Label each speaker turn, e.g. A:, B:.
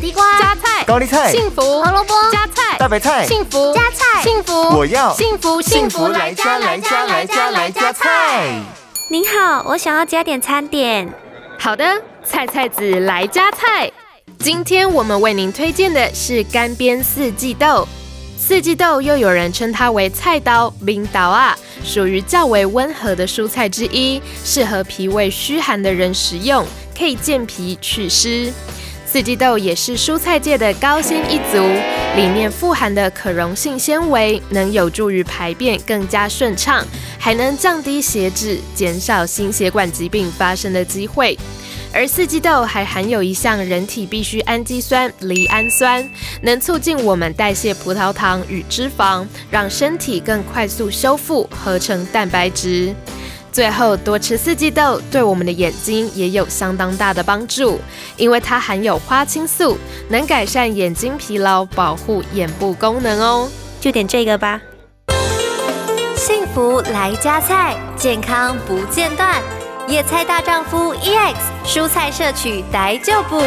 A: 地瓜、
B: 加菜、
C: 高丽菜、
B: 幸福、
A: 胡萝卜、
B: 加菜、
C: 大白菜、
B: 幸福、
A: 加菜
B: 幸福，
C: 我要
B: 幸福
C: 幸福来家来家来家来家菜。
D: 您好，我想要加点餐点。
B: 好的，菜菜子来加菜。今天我们为您推荐的是干煸四季豆。四季豆又有人称它为菜刀、冰刀啊，属于较为温和的蔬菜之一，适合脾胃虚寒的人食用，可以健脾祛湿。四季豆也是蔬菜界的高薪一族，里面富含的可溶性纤维能有助于排便更加顺畅，还能降低血脂，减少心血管疾病发生的机会。而四季豆还含有一项人体必需氨基酸离氨酸，能促进我们代谢葡萄糖与脂肪，让身体更快速修复合成蛋白质。最后，多吃四季豆对我们的眼睛也有相当大的帮助，因为它含有花青素，能改善眼睛疲劳，保护眼部功能哦。
D: 就点这个吧。
A: 幸福来加菜，健康
D: E
A: 不间断。野菜大丈夫 EX 蔬菜摄取逮就补。